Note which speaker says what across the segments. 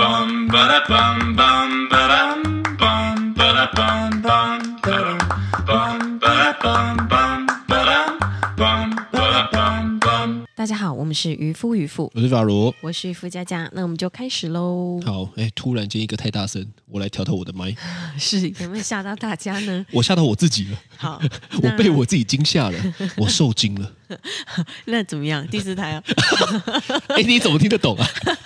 Speaker 1: bum ba da bum bum ba dum bum ba da bum bum ba dum bum ba da bum bum ba dum bum ba da bum bum.
Speaker 2: 大家好，我们是渔夫渔妇，
Speaker 3: 我是法如。
Speaker 2: 我是付佳佳，那我们就开始喽。
Speaker 3: 好，哎、突然间一个太大声，我来调调我的麦，
Speaker 2: 是有没有吓到大家呢？
Speaker 3: 我吓到我自己了，，
Speaker 2: 好
Speaker 3: 我被我自己惊吓了，我受惊了。
Speaker 2: 那那怎么样？第四台 啊，
Speaker 3: 哎、你怎么听得懂啊？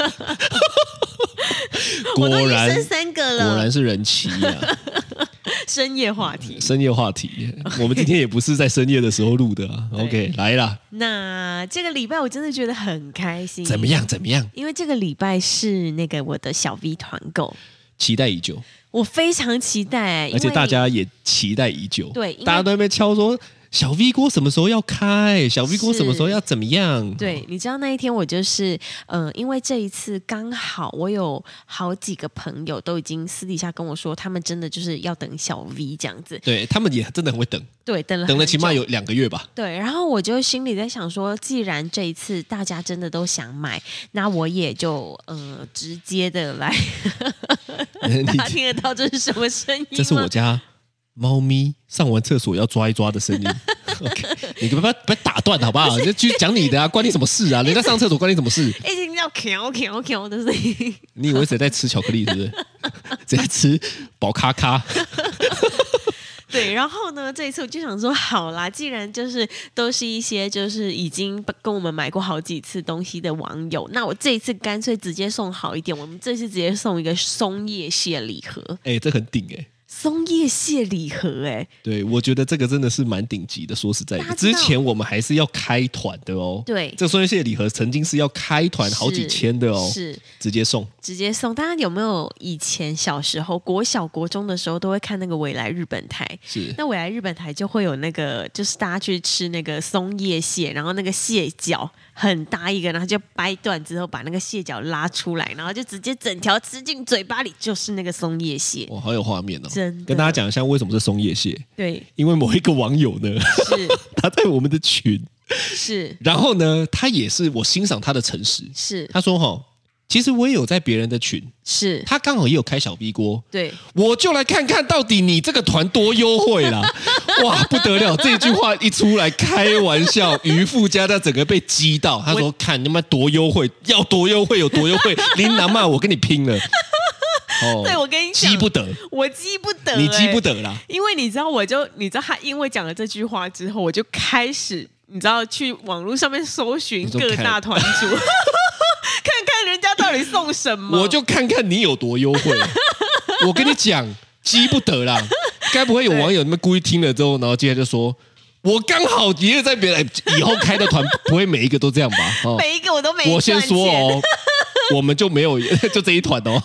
Speaker 3: 果
Speaker 2: 我 都已经
Speaker 3: 然
Speaker 2: 生，三个
Speaker 3: 果
Speaker 2: 了
Speaker 3: 然，是人妻啊！
Speaker 2: 深夜话题。
Speaker 3: 深夜 话题，我们今天也不是在深夜的时候录的啊。OK，来啦，
Speaker 2: 那这个礼拜我真的觉得很开心，
Speaker 3: 怎么？样？怎么样？
Speaker 2: 因为这个礼拜是那个我的小 V 团购，
Speaker 3: 期待已久，
Speaker 2: 我非常期待，因为
Speaker 3: 而且大家也期待已久。
Speaker 2: 对因为
Speaker 3: 大家都在那边敲说。小 V 锅什么时候要开？小 V 锅什么时候要怎么样？
Speaker 2: 对，你知道那一天我就是，嗯、因为这一次刚好我有好几个朋友都已经私底下跟我说，他们真的就是要等小 V 这样子，
Speaker 3: 对他们也真的很会等，
Speaker 2: 对，等 了
Speaker 3: 等了
Speaker 2: 很
Speaker 3: 起码
Speaker 2: 久
Speaker 3: 有两个 月吧。
Speaker 2: 对，然后我就心里在想说，既然这一次大家真的都想买，那我也就呃直接的来，
Speaker 3: 你
Speaker 2: 大家听得到这是什么声音吗？
Speaker 3: 这是我家猫咪上完厕所要抓一抓 的声音。OK，你不要不要打断好不好？你就继续讲你的啊，关你什么事 啊？人家上厕所关你什么事？
Speaker 2: 一直听到 “kiao kiao kiao” 的声音，
Speaker 3: 你以为谁在吃巧克力是不是？ 谁在吃宝咖咖？
Speaker 2: 对，然后呢，这一次我就想说，好啦，既然就是都是一些就是已经跟我们买过好几次东西的网友，那我这一次干脆直接送好一点，我们这次直接送一个松叶蟹礼盒，
Speaker 3: 哎、这很顶哎、
Speaker 2: 松叶蟹礼盒、哎，
Speaker 3: 对，我觉得这个真的是蛮顶级的。说实在
Speaker 2: 大家
Speaker 3: 的，
Speaker 2: 知
Speaker 3: 之
Speaker 2: 道
Speaker 3: 前我们还是要开团的哦。
Speaker 2: 对
Speaker 3: 这双叶蟹礼盒曾经是要开团好几
Speaker 2: 是
Speaker 3: 千的哦，
Speaker 2: 是。
Speaker 3: 直接送。
Speaker 2: 直接送。大家有没有以前小时候国小国中的时候都会看那个未来日本台？
Speaker 3: 是
Speaker 2: 那未来日本台就会有那个，就是大家去吃那个松叶蟹，然后那个蟹脚很大一个，然后就掰断之后把那个蟹脚拉出来，然后就直接整条吃进嘴巴里，就是那个松叶蟹。
Speaker 3: 哇，好有画面哦！
Speaker 2: 真的
Speaker 3: 跟大家讲一下为什么是松叶蟹，
Speaker 2: 对，
Speaker 3: 因为某一个网友呢，
Speaker 2: 是
Speaker 3: 他在我们的群
Speaker 2: 是
Speaker 3: 然后呢，他也是我欣赏他的诚实。
Speaker 2: 是
Speaker 3: 他说：“哈，其实我也有在别人的群，
Speaker 2: 是，
Speaker 3: 他刚好也有开小 B 锅，
Speaker 2: 对，
Speaker 3: 我就来看看到底你这个团多优惠 啦！哇，不得了！这句话一出来，开玩笑，渔夫家他整个被激到。他说：‘看你妈多优惠，要多优惠有多优惠，琳南骂我跟你拼了！’哦，
Speaker 2: 对我跟你讲
Speaker 3: 激不得，
Speaker 2: 我记不得、
Speaker 3: 你激
Speaker 2: 欸
Speaker 3: 不得啦。
Speaker 2: 因为你知道，我就你知道他因为讲了这句话之后，我就开始你知道去网络上面搜寻
Speaker 3: 你就
Speaker 2: 各
Speaker 3: 看
Speaker 2: 大团 主，看看人家到底送什么。
Speaker 3: 我就看看你有多优惠。 我跟你讲，激不得啦！该不会有网友他们故意听了之后，然后接下来就说：“我刚好也有在别人以后开的团，不会每一个都这样吧？”哦，
Speaker 2: 每一个我都没
Speaker 3: 我先
Speaker 2: 赚
Speaker 3: 说
Speaker 2: 钱，
Speaker 3: 哦， 我们就没有就这一团哦，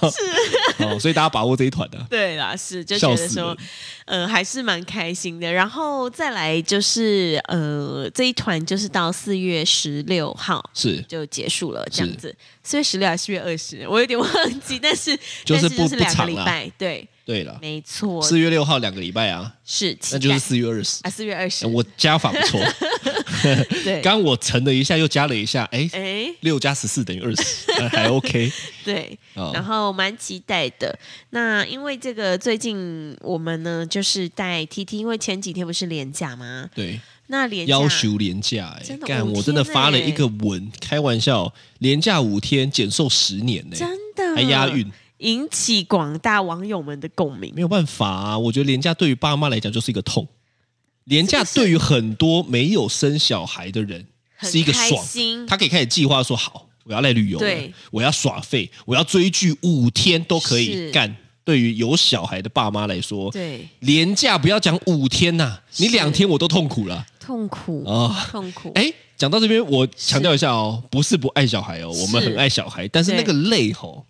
Speaker 3: 哦，所以大家把握这一团的、
Speaker 2: 对啦，是就觉
Speaker 3: 笑
Speaker 2: 得
Speaker 3: 死
Speaker 2: 说
Speaker 3: 了，
Speaker 2: 呃，还是蛮开心的。然后再来就是呃，这一团就是到四月十六号。
Speaker 3: 是
Speaker 2: 就结束了，这样子。四月十六还是四月二十，我有点忘记，但是
Speaker 3: 就
Speaker 2: 但
Speaker 3: 是
Speaker 2: 是就
Speaker 3: 不
Speaker 2: 是
Speaker 3: 不
Speaker 2: 两个
Speaker 3: 长
Speaker 2: 礼
Speaker 3: 啦
Speaker 2: 拜，对，
Speaker 3: 对了，
Speaker 2: 没错，
Speaker 3: 四月六号两个礼拜啊，
Speaker 2: 是期
Speaker 3: 那就是
Speaker 2: 待
Speaker 3: 四月二十。
Speaker 2: 啊，四月二十，
Speaker 3: 我加法不错，
Speaker 2: 对，
Speaker 3: 刚我乘了一下，又加了一下，哎，
Speaker 2: 哎，
Speaker 3: 六加十四等于 二十，还还 OK
Speaker 2: 对，
Speaker 3: 啊、
Speaker 2: 然后蛮期待的。那因为这个最近我们呢，就是带 T T，因为前几天不是廉价吗？
Speaker 3: 对，
Speaker 2: 那廉价
Speaker 3: 要求廉价、欸，
Speaker 2: 真的
Speaker 3: 干
Speaker 2: 五
Speaker 3: 我真的
Speaker 2: 天
Speaker 3: 发了
Speaker 2: 欸
Speaker 3: 一个文，开玩笑，廉价五天减寿十年呢、欸，
Speaker 2: 真的
Speaker 3: 还押，韵，
Speaker 2: 引起广大网友们的共鸣。
Speaker 3: 没有办法啊！我觉得廉价对于爸妈来讲就是一个痛，廉价对于很多没有生小孩的人
Speaker 2: 很
Speaker 3: 是一个
Speaker 2: 开
Speaker 3: 爽，
Speaker 2: 心
Speaker 3: 他可以开始计划说好，我要来旅游了
Speaker 2: 对，
Speaker 3: 我要耍废，我要追剧五天都可
Speaker 2: 是
Speaker 3: 以干。对于有小孩的爸妈来说，
Speaker 2: 对，
Speaker 3: 廉价不要讲五天呐、你
Speaker 2: 是
Speaker 3: 两天我都痛苦了
Speaker 2: 痛苦，
Speaker 3: 哦。
Speaker 2: 痛苦，
Speaker 3: 哎，讲到这边，我强调一下哦，不是不爱小孩哦，
Speaker 2: 是
Speaker 3: 我们很爱小孩，但是那个累吼、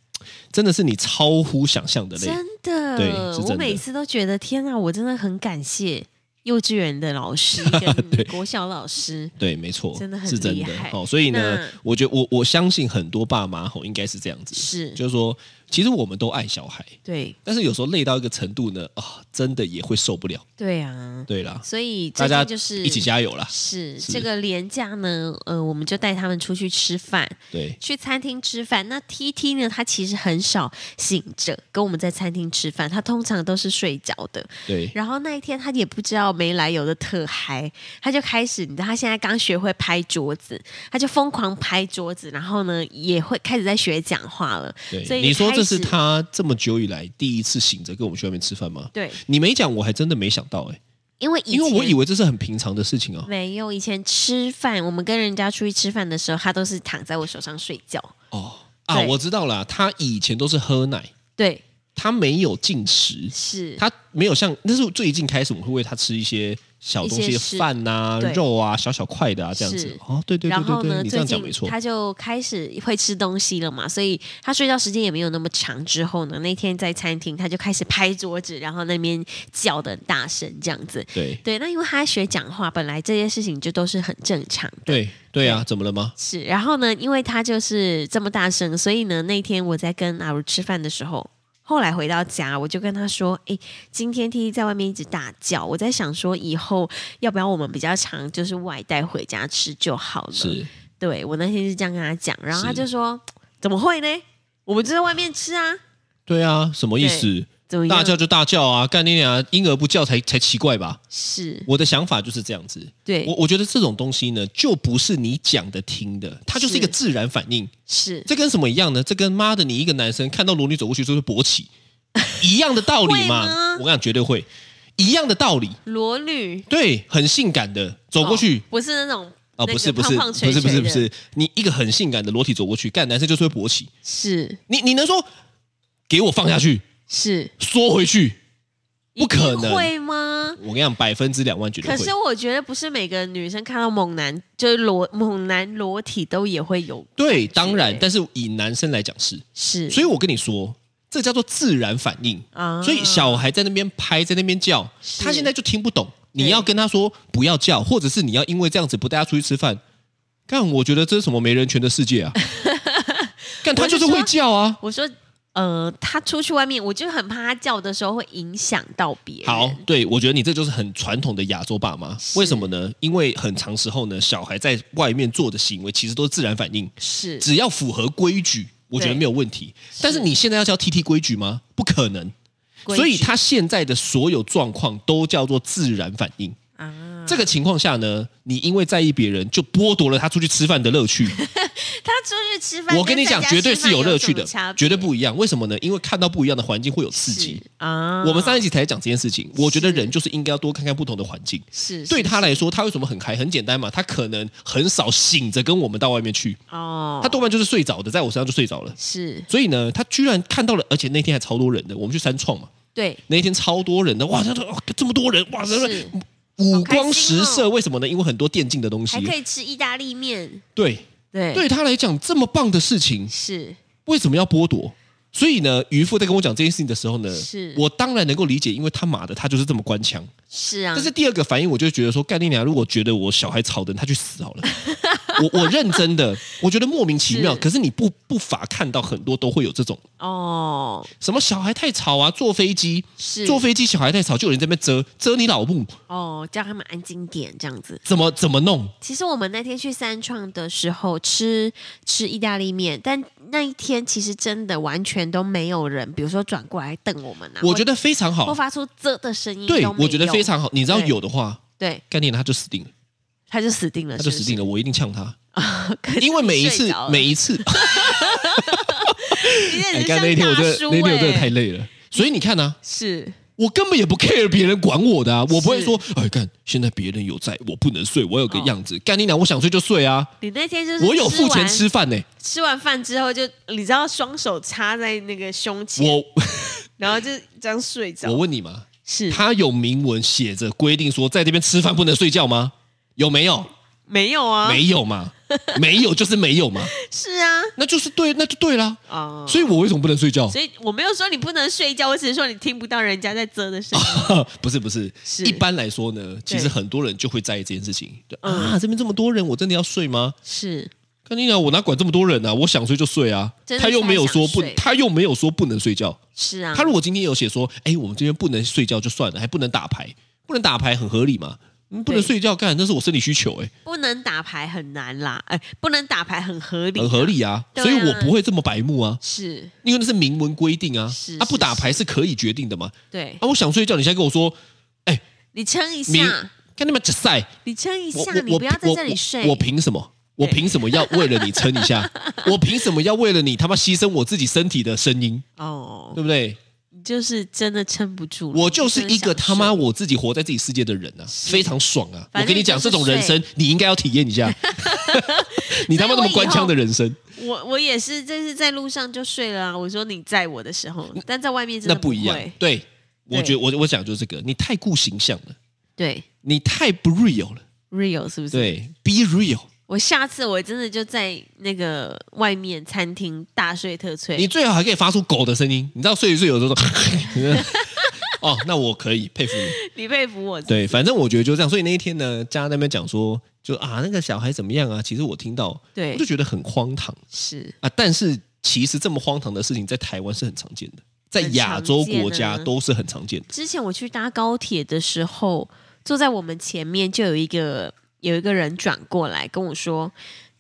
Speaker 3: 真的是你超乎想象的累。
Speaker 2: 真的，
Speaker 3: 对是真
Speaker 2: 我
Speaker 3: 的
Speaker 2: 每次都觉得天啊，我真的很感谢幼稚园的老 师跟
Speaker 3: 对
Speaker 2: 国小老师，
Speaker 3: 对，没错，
Speaker 2: 真的很
Speaker 3: 是真
Speaker 2: 厉
Speaker 3: 的
Speaker 2: 害
Speaker 3: 哦。所以呢
Speaker 2: 那，
Speaker 3: 我觉得我我相信很多爸妈吼、应该是这样子，
Speaker 2: 是
Speaker 3: 就是说其实我们都爱小孩，
Speaker 2: 对
Speaker 3: 但是有时候累到一个程度呢，啊，真的也会受不了。
Speaker 2: 对啊，
Speaker 3: 对啦，
Speaker 2: 所以
Speaker 3: 大
Speaker 2: 最
Speaker 3: 家
Speaker 2: 近就是
Speaker 3: 一起加油啦。
Speaker 2: 是
Speaker 3: 是
Speaker 2: 这个廉价呢，呃，我们就带他们出去吃饭，
Speaker 3: 对，
Speaker 2: 去餐厅吃饭。那 T T 呢，他其实很少醒着跟我们在餐厅吃饭，他通常都是睡着的。
Speaker 3: 对，
Speaker 2: 然后那一天他也不知道没来由的特嗨，他就开始，你知道他现在刚学会拍桌子，他就疯狂拍桌子，然后呢也会开始在学讲话了。所
Speaker 3: 对。
Speaker 2: 以
Speaker 3: 你说这是
Speaker 2: 开始
Speaker 3: 他这么久以来第一次醒着跟我们去外面吃饭吗？
Speaker 2: 对，
Speaker 3: 你没讲，我还真的没想到哎、
Speaker 2: 因为以
Speaker 3: 因为我
Speaker 2: 前
Speaker 3: 以为这是很平常的事情啊。
Speaker 2: 没有以前吃饭，我们跟人家出去吃饭的时候，他都是躺在我手上睡觉。
Speaker 3: 哦啊，
Speaker 2: 对
Speaker 3: 我知道啦，他以前都是喝奶，
Speaker 2: 对，
Speaker 3: 他没有进食，
Speaker 2: 是
Speaker 3: 他没有像，但是最近开始我们会喂他吃一些小东
Speaker 2: 一
Speaker 3: 西
Speaker 2: 些，食
Speaker 3: 饭呐、
Speaker 2: 对
Speaker 3: 肉啊、小小块的啊这样子
Speaker 2: 是。
Speaker 3: 哦，对对对
Speaker 2: 然
Speaker 3: 对
Speaker 2: 后
Speaker 3: 对，
Speaker 2: 呢，
Speaker 3: 你这
Speaker 2: 最
Speaker 3: 样讲
Speaker 2: 近
Speaker 3: 没错。
Speaker 2: 他就开始会吃东西了嘛，所以他睡觉时间也没有那么长。之后呢，那天在餐厅他就开始拍桌子，然后那边叫的很大声这样子。
Speaker 3: 对
Speaker 2: 对，那因为他在学讲话，本来这些事情就都是很正常的。
Speaker 3: 对对啊，怎么了吗？
Speaker 2: 是，然后呢，因为他就是这么大声，所以呢，那天我在跟阿如吃饭的时候，后来回到家，我就跟他说：“诶，今天 T T 在外面一直大叫，我在想说以后要不要我们比较常就是外带回家吃就好了。”
Speaker 3: 是
Speaker 2: 对我那天是这样跟他讲，然后他
Speaker 3: 是
Speaker 2: 就说：“怎么会呢？我们就在外面吃啊，
Speaker 3: 对啊，什么意思？
Speaker 2: 怎么样
Speaker 3: 大叫就大叫啊，干你娘！婴儿不叫才才奇怪吧？
Speaker 2: 是
Speaker 3: 我的想法就是这样子。
Speaker 2: 对
Speaker 3: 我我觉得这种东西呢，就不是你讲的听的，它就是
Speaker 2: 是
Speaker 3: 一个自然反应。
Speaker 2: 是
Speaker 3: 这跟什么一样呢？这跟妈的，你一个男生看到裸女走过去就是勃起 一样的道理嘛
Speaker 2: 会吗？
Speaker 3: 我跟你讲，绝对会一样的道理。
Speaker 2: 裸女
Speaker 3: 对，很性感的走过去
Speaker 2: 哦不是那种
Speaker 3: 哦，
Speaker 2: 那
Speaker 3: 不
Speaker 2: 个
Speaker 3: 是不是
Speaker 2: 胖胖
Speaker 3: 不
Speaker 2: 垂
Speaker 3: 是不
Speaker 2: 垂
Speaker 3: 是
Speaker 2: 的
Speaker 3: 不是，你一个很性感的裸体走过去，干男生就是会勃起。
Speaker 2: 是
Speaker 3: 你你能说给我放下
Speaker 2: 嗯
Speaker 3: 去，
Speaker 2: 是
Speaker 3: 缩回去？不可
Speaker 2: 一
Speaker 3: 能
Speaker 2: 定会吗？”
Speaker 3: 我跟你讲，百分之两万绝对
Speaker 2: 可
Speaker 3: 会。
Speaker 2: 是我觉得不是每个女生看到猛男就是裸猛男裸体都也会有
Speaker 3: 对，当然
Speaker 2: 欸，
Speaker 3: 但是以男生来讲是，
Speaker 2: 是，
Speaker 3: 所以我跟你说，这叫做自然反应。
Speaker 2: 啊
Speaker 3: 所以小孩在那边拍，在那边叫，
Speaker 2: 是
Speaker 3: 他现在就听不懂。你要跟他说不要叫，或者是你要因为这样子不带他出去吃饭。干，我觉得这是什么没人权的世界 啊！干，他就是会叫啊。
Speaker 2: 我说呃，他出去外面，我就很怕他叫的时候会影响到别人。
Speaker 3: 好， 对，我觉得你这就是很传统的亚洲爸妈。为什么呢？因为很长时候呢，小孩在外面做的行为其实都是自然反应，
Speaker 2: 是
Speaker 3: 只要符合规矩，我觉得
Speaker 2: 对
Speaker 3: 没有问题。但是你现在要叫 T T 规矩吗？不可能。
Speaker 2: 规
Speaker 3: 所以
Speaker 2: 矩
Speaker 3: 他现在的所有状况都叫做自然反应。
Speaker 2: 啊，
Speaker 3: 这个情况下呢，你因为在意别人，就剥夺了他出去吃饭的 乐趣。
Speaker 2: 他出去吃饭，
Speaker 3: 我跟你讲，绝对是
Speaker 2: 有
Speaker 3: 乐趣
Speaker 2: 什么
Speaker 3: 的
Speaker 2: 差，别
Speaker 3: 绝对不一样。为什么呢？因为看到不一样的环境会有刺激
Speaker 2: 是。啊。
Speaker 3: 我们上一集才讲这件事情，我觉得
Speaker 2: 是
Speaker 3: 人就是应该要多看看不同的环境。
Speaker 2: 是是
Speaker 3: 对他来说，他为什么很嗨？很简单嘛，他可能很少醒着跟我们到外面去，
Speaker 2: 哦，
Speaker 3: 他多半就是睡着的，在我身上就睡着了。
Speaker 2: 是
Speaker 3: 所以呢，他居然看到了，而且那天还超多人的。我们去三创嘛，
Speaker 2: 对
Speaker 3: 那一天超多人的，哇，这哇这么多人，哇，这
Speaker 2: 是
Speaker 3: 五
Speaker 2: 好开心哦
Speaker 3: 光十色。为什么呢？因为很多电竞的东西
Speaker 2: 还，可以吃意大利面，
Speaker 3: 对，
Speaker 2: 对
Speaker 3: 对他来讲这么棒的事情，
Speaker 2: 是
Speaker 3: 为什么要剥夺？所以呢，渔夫在跟我讲这件事情的时候呢，
Speaker 2: 是
Speaker 3: 我当然能够理解，因为他妈的他就是这么官腔。
Speaker 2: 是啊，
Speaker 3: 但是第二个反应，我就会觉得说，干你娘！如果觉得我小孩吵的，他去死好了。我我认真 的，我觉得莫名其妙。
Speaker 2: 是
Speaker 3: 可是你不不乏看到很多都会有这种
Speaker 2: 哦
Speaker 3: 什么小孩太吵啊，坐飞机
Speaker 2: 是
Speaker 3: 坐飞机小孩太吵，就有人在那边遮遮你老母，
Speaker 2: 哦，叫他们安静点这样子。
Speaker 3: 怎么怎么弄？
Speaker 2: 其实我们那天去三创的时候吃吃意大利面，但那一天其实真的完全都没有人，比如说转过来瞪我们啊，
Speaker 3: 我觉
Speaker 2: 得
Speaker 3: 得非常
Speaker 2: 或
Speaker 3: 好，
Speaker 2: 发出啧的声音都没
Speaker 3: 对
Speaker 2: 有，
Speaker 3: 我觉得非常好。你知道
Speaker 2: 对
Speaker 3: 有的话，
Speaker 2: 对，
Speaker 3: 干你娘他就死定了。
Speaker 2: 他就死定了，
Speaker 3: 他就死定了，我一定呛他，
Speaker 2: 了， 可是
Speaker 3: 因为每一
Speaker 2: 睡
Speaker 3: 次
Speaker 2: 着了
Speaker 3: 每 一次，
Speaker 2: 你
Speaker 3: 哎，
Speaker 2: 真的
Speaker 3: 干那
Speaker 2: 是
Speaker 3: 天我
Speaker 2: 像
Speaker 3: 真
Speaker 2: 大
Speaker 3: 的
Speaker 2: 叔
Speaker 3: 那天我真的
Speaker 2: 欸
Speaker 3: 太累了，所以你看啊，
Speaker 2: 是
Speaker 3: 我根本也不 care 别人管我的啊，我不会
Speaker 2: 是
Speaker 3: 说，哎，干现在别人有在，我不能睡，我有个
Speaker 2: 哦
Speaker 3: 样子，干你娘，我想睡就睡啊，
Speaker 2: 你那天就是
Speaker 3: 我有付钱
Speaker 2: 完
Speaker 3: 吃饭呢，
Speaker 2: 吃完饭之后就你知道双手插在那个胸前，
Speaker 3: 我
Speaker 2: 然后就这样睡着
Speaker 3: 我。问你嘛，
Speaker 2: 是
Speaker 3: 他有明文写着规定说在这边吃饭不能睡觉吗？有没有？
Speaker 2: 没有啊？
Speaker 3: 没有嘛，没有就是没有嘛，
Speaker 2: 是啊，
Speaker 3: 那就是对，那就对啦。
Speaker 2: 哦，
Speaker 3: 所以我为什么不能睡觉？
Speaker 2: 所以我没有说你不能睡觉，我只是说你听不到人家在啧的声音。
Speaker 3: 不是不是，
Speaker 2: 是
Speaker 3: 一般来说呢，其实
Speaker 2: 对
Speaker 3: 很多人就会在意这件事情。对
Speaker 2: 嗯
Speaker 3: 啊，这边这么多人，我真的要睡吗？
Speaker 2: 是
Speaker 3: 那你讲我哪管这么多人啊？我想睡就睡啊
Speaker 2: 真。的
Speaker 3: 他又没有说不
Speaker 2: 是还想睡，
Speaker 3: 他又没有说不能睡觉。
Speaker 2: 是啊
Speaker 3: 他，如果今天有写说，哎，我们今天不能睡觉就算了，还不能打牌，不能打牌很合理嘛？嗯不
Speaker 2: 对
Speaker 3: 能睡觉干，那是我生理需求、哎，
Speaker 2: 不能打牌很难啦，哎、不能打牌很合理，
Speaker 3: 很合理啊。
Speaker 2: 对啊
Speaker 3: 所以我不会这么白目啊，
Speaker 2: 是，
Speaker 3: 因为那是明文规定啊
Speaker 2: 是。
Speaker 3: 啊，
Speaker 2: 是
Speaker 3: 不打牌是可以决定的嘛。
Speaker 2: 对
Speaker 3: 啊，我想睡觉，你现在跟我说，哎，
Speaker 2: 你撑一
Speaker 3: 明
Speaker 2: 下，
Speaker 3: 干你妈假赛，
Speaker 2: 你撑一
Speaker 3: 我
Speaker 2: 下，
Speaker 3: 我
Speaker 2: 你
Speaker 3: 我
Speaker 2: 不要在
Speaker 3: 我
Speaker 2: 这里睡。
Speaker 3: 我我凭什么？我凭什么要为了你撑一下？我凭什么要为了你他妈牺牲我自己身体的声音，
Speaker 2: 哦，
Speaker 3: 对不对？
Speaker 2: 你就是真的撑不住了。
Speaker 3: 我就是一个
Speaker 2: 真的想
Speaker 3: 他妈
Speaker 2: 睡
Speaker 3: 我自己活在自己世界的人啊，非常爽啊！
Speaker 2: 反正
Speaker 3: 我跟你讲，
Speaker 2: 就是
Speaker 3: 这种人生你应该要体验一 下，你他妈那么官腔的人生，
Speaker 2: 我我也是，这是在路上就睡了啊。我说你在我的时候，但在外面真
Speaker 3: 嗯那
Speaker 2: 的
Speaker 3: 不
Speaker 2: 会
Speaker 3: 一样。对，我
Speaker 2: 对
Speaker 3: 觉得我我讲就是这个，你太顾形象了，
Speaker 2: 对
Speaker 3: 你太不 real 了。
Speaker 2: ，real 是不是？
Speaker 3: 对，be real。
Speaker 2: 我下次我真的就在那个外面餐厅大睡特
Speaker 3: 你
Speaker 2: 睡。
Speaker 3: 最好还可以发出狗的声音，你知道睡一睡有 时候都 哦，那我可以佩服你。
Speaker 2: 你佩服我，
Speaker 3: 对，反正我觉得就这样。所以那一天呢，家那边讲说，就啊那个小孩怎么样啊？其实我听到，
Speaker 2: 对
Speaker 3: 我就觉得很荒唐
Speaker 2: 是
Speaker 3: 啊。但是其实这么荒唐的事情在台湾是很常见的，在
Speaker 2: 很
Speaker 3: 亚
Speaker 2: 常
Speaker 3: 洲
Speaker 2: 见
Speaker 3: 国家
Speaker 2: 啊
Speaker 3: 都是很常见的。
Speaker 2: 之前我去搭高铁的时候，坐在我们前面就有一个有一个人转过来跟我说：“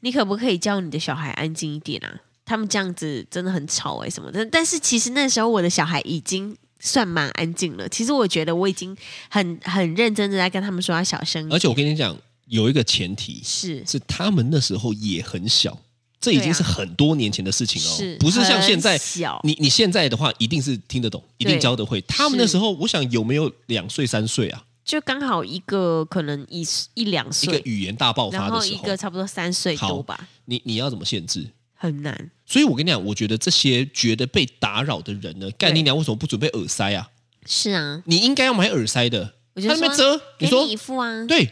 Speaker 2: 你可不可以叫你的小孩安静一点啊？他们这样子真的很吵哎、什么的。”但是其实那时候我的小孩已经算蛮安静了。其实我觉得我已经很很认真的在跟他们说要小声一点，
Speaker 3: 而且我跟你讲，有一个前提
Speaker 2: 嗯是
Speaker 3: 是他们那时候也很小，这已
Speaker 2: 对
Speaker 3: 经
Speaker 2: 啊
Speaker 3: 是很多年前的事情了哦，
Speaker 2: 是
Speaker 3: 不是像现在
Speaker 2: 很小
Speaker 3: 你你现在的话一定是听得懂，一定
Speaker 2: 对
Speaker 3: 教得会。他们那
Speaker 2: 是
Speaker 3: 时候，我想有没有两岁三岁啊？
Speaker 2: 就刚好一个可能一一两
Speaker 3: 一个
Speaker 2: 岁，
Speaker 3: 语言大爆
Speaker 2: 然
Speaker 3: 发的
Speaker 2: 后
Speaker 3: 时
Speaker 2: 一
Speaker 3: 候，
Speaker 2: 个差不多三岁
Speaker 3: 好
Speaker 2: 多吧，
Speaker 3: 你你要怎么限制？
Speaker 2: 很难。
Speaker 3: 所以我跟你讲，我觉得这些觉得被打扰的人呢，干
Speaker 2: 对
Speaker 3: 你娘为什么不准备耳塞啊？
Speaker 2: 是啊，
Speaker 3: 你应该要买耳塞的。
Speaker 2: 我就
Speaker 3: 他那边折，
Speaker 2: 给
Speaker 3: 你说
Speaker 2: 你一副啊，
Speaker 3: 对，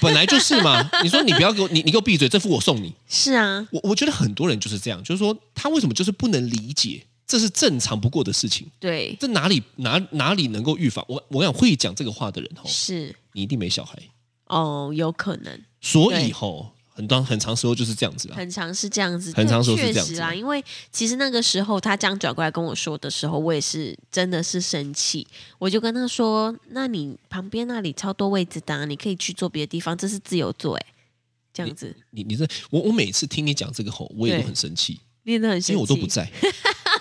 Speaker 3: 本来就是嘛。 你说你不要给我，你你给我闭嘴，这副我送你。
Speaker 2: 是啊，
Speaker 3: 我我觉得很多人就是这样，就是说他为什么就是不能理解，这是正常不过的事情，
Speaker 2: 对，
Speaker 3: 这哪里哪哪里能够预防？我我想会讲这个话的人吼，
Speaker 2: 是。
Speaker 3: 你一定没小孩，
Speaker 2: 哦，有可能，
Speaker 3: 所以
Speaker 2: 对
Speaker 3: 吼，很当很长时候就是这样子啊。
Speaker 2: 很长是这样子，
Speaker 3: 很
Speaker 2: 对
Speaker 3: 长时候是
Speaker 2: 确
Speaker 3: 这样子
Speaker 2: 实啊，
Speaker 3: 的
Speaker 2: 因为其实那个时候他这样转过来跟我说的时候，我也是真的是生气，我就跟他说：“那你旁边那里超多位置的啊、你可以去坐别的地方，这是自由座，哎，这样子
Speaker 3: 你你这我我每次听你讲这个吼，我也都
Speaker 2: 对
Speaker 3: 很生气，
Speaker 2: 练得很生气。”
Speaker 3: 因为我都不，在。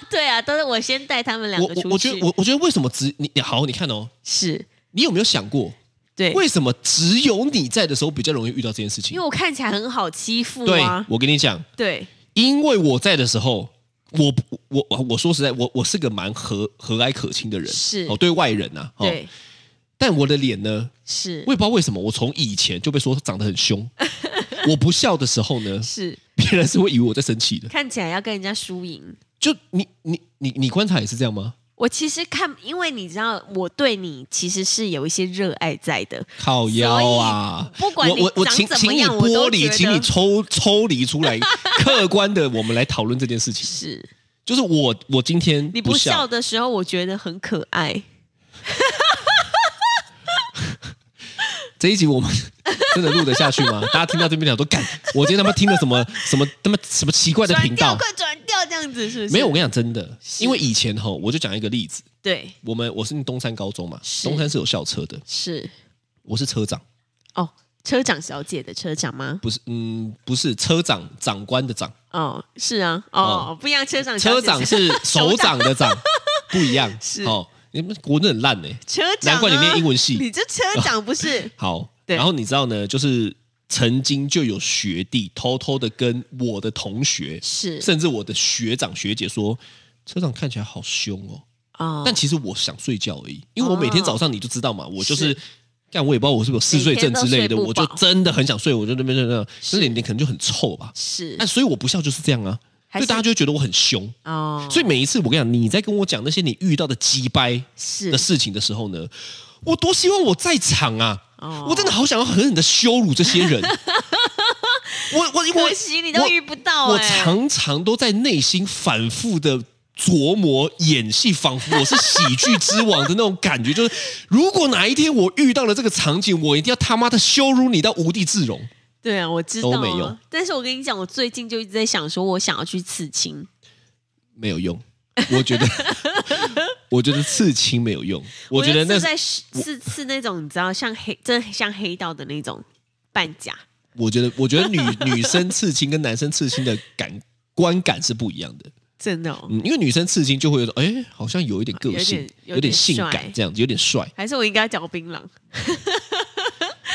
Speaker 2: 对啊，都是我先带他们两
Speaker 3: 我
Speaker 2: 个出去。
Speaker 3: 我我觉得我我觉得为什么只你你好？你看哦，
Speaker 2: 是
Speaker 3: 你有没有想过
Speaker 2: 对，
Speaker 3: 为什么只有你在的时候比较容易遇到这件事
Speaker 2: 因
Speaker 3: 情
Speaker 2: 为？我看起来很好欺负
Speaker 3: 对
Speaker 2: 啊，，
Speaker 3: 我跟你讲，
Speaker 2: 对，
Speaker 3: 因为我在的时候，我我我我说实在，我我是个蛮和和蔼可亲的人，
Speaker 2: 是
Speaker 3: 哦，对外人呐、啊，哦，
Speaker 2: 对，
Speaker 3: 但我的脸呢，
Speaker 2: 是
Speaker 3: 我也不知道为什么，我从以前就被说长得 很凶。我不笑的时候呢，
Speaker 2: 是，
Speaker 3: 别人是会以为我在生气的。
Speaker 2: 看起来要跟人家输赢。
Speaker 3: 就你你你你观察也是这样吗？
Speaker 2: 我其实看，因为你知道，我对你其实是有一些热爱在的，
Speaker 3: 靠腰啊！
Speaker 2: 所以不管你
Speaker 3: 我我我
Speaker 2: 长
Speaker 3: 请
Speaker 2: 怎
Speaker 3: 请
Speaker 2: 么
Speaker 3: 你
Speaker 2: 样我
Speaker 3: 剥
Speaker 2: 都
Speaker 3: 离，
Speaker 2: 觉
Speaker 3: 请你
Speaker 2: 得
Speaker 3: 抽抽离 出来，客观的我们来讨论这件事情。
Speaker 2: 是
Speaker 3: 就是我我今天
Speaker 2: 你
Speaker 3: 不
Speaker 2: 不笑的时候，我觉得很可爱。
Speaker 3: 这一集我们 真的录得下去吗？大家听到这边讲都干，我今天他妈听了什么什么他妈什么奇怪的
Speaker 2: 转
Speaker 3: 频
Speaker 2: 调，
Speaker 3: 道？
Speaker 2: 快转调，这样子是不是？
Speaker 3: 没有，我跟你讲真的，因为以前哈，我就讲一个例子，
Speaker 2: 对，
Speaker 3: 我们我是念东山高中嘛，
Speaker 2: 是
Speaker 3: 东山是有校车的，
Speaker 2: 是
Speaker 3: 我是车长，
Speaker 2: 哦，车长小姐的车长吗？
Speaker 3: 不是嗯不是车长长官的长，
Speaker 2: 哦，是啊，哦，不一样，车长小
Speaker 3: 车
Speaker 2: 姐
Speaker 3: 长是首长的 长，不一样
Speaker 2: 是
Speaker 3: 哦，你们国字很烂呢、
Speaker 2: 车长、啊，
Speaker 3: 难怪你念英文系 哦
Speaker 2: 你这车长不 是
Speaker 3: 好，
Speaker 2: 对
Speaker 3: 然后你知道呢，就是曾经就有学弟偷偷的跟我的同学，
Speaker 2: 是
Speaker 3: 甚至我的学长学姐说，车长看起来好凶哦。
Speaker 2: 哦，
Speaker 3: 但其实我想睡觉而已，因为我每天早上你就知道嘛，我就是干，我也不知道我是不是有嗜睡症之类
Speaker 2: 每天都
Speaker 3: 的，
Speaker 2: 睡不
Speaker 3: 我就
Speaker 2: 饱
Speaker 3: 真的很想睡，我就那边在那，那脸脸可能就很臭吧。
Speaker 2: 是
Speaker 3: 那所以我不笑就是这样啊，
Speaker 2: 还
Speaker 3: 所
Speaker 2: 是
Speaker 3: 以大家就会觉得我很凶。
Speaker 2: 哦，
Speaker 3: 所以每一次我跟你讲，你在跟我讲那些你遇到的鸡掰
Speaker 2: 是
Speaker 3: 的事情的时候呢，我多希望我在场啊！
Speaker 2: 哦
Speaker 3: 我真的好想要狠狠的羞辱这 些人。我我我
Speaker 2: 可惜你都遇不到、欸，
Speaker 3: 我常常都在内心反复的琢磨演戏，仿佛我是喜剧之王的那种感觉。 就是如果哪一天我遇到了这个场景，我一定要他妈的羞辱你到无地自容。
Speaker 2: 对啊，我知道
Speaker 3: 都
Speaker 2: 啊，
Speaker 3: 没有
Speaker 2: 但是我跟你讲，我最近就一直在想，说我想要去刺青。
Speaker 3: 没有用。我觉得， 我觉得刺青没有用。我觉得
Speaker 2: 就
Speaker 3: 那
Speaker 2: 刺在刺刺那种，你知道，像黑，真的像黑道的那种半甲。
Speaker 3: 我觉得，我觉得女 女生刺青跟男生刺青的感观感是不一样的。
Speaker 2: 真的、哦，
Speaker 3: 嗯，因为女生刺青就会有种，哎，好像有一点个
Speaker 2: 啊有
Speaker 3: 性，
Speaker 2: 点有点
Speaker 3: 点性
Speaker 2: 帅
Speaker 3: 感这样子，有点帅。
Speaker 2: 还是我应该嚼槟榔？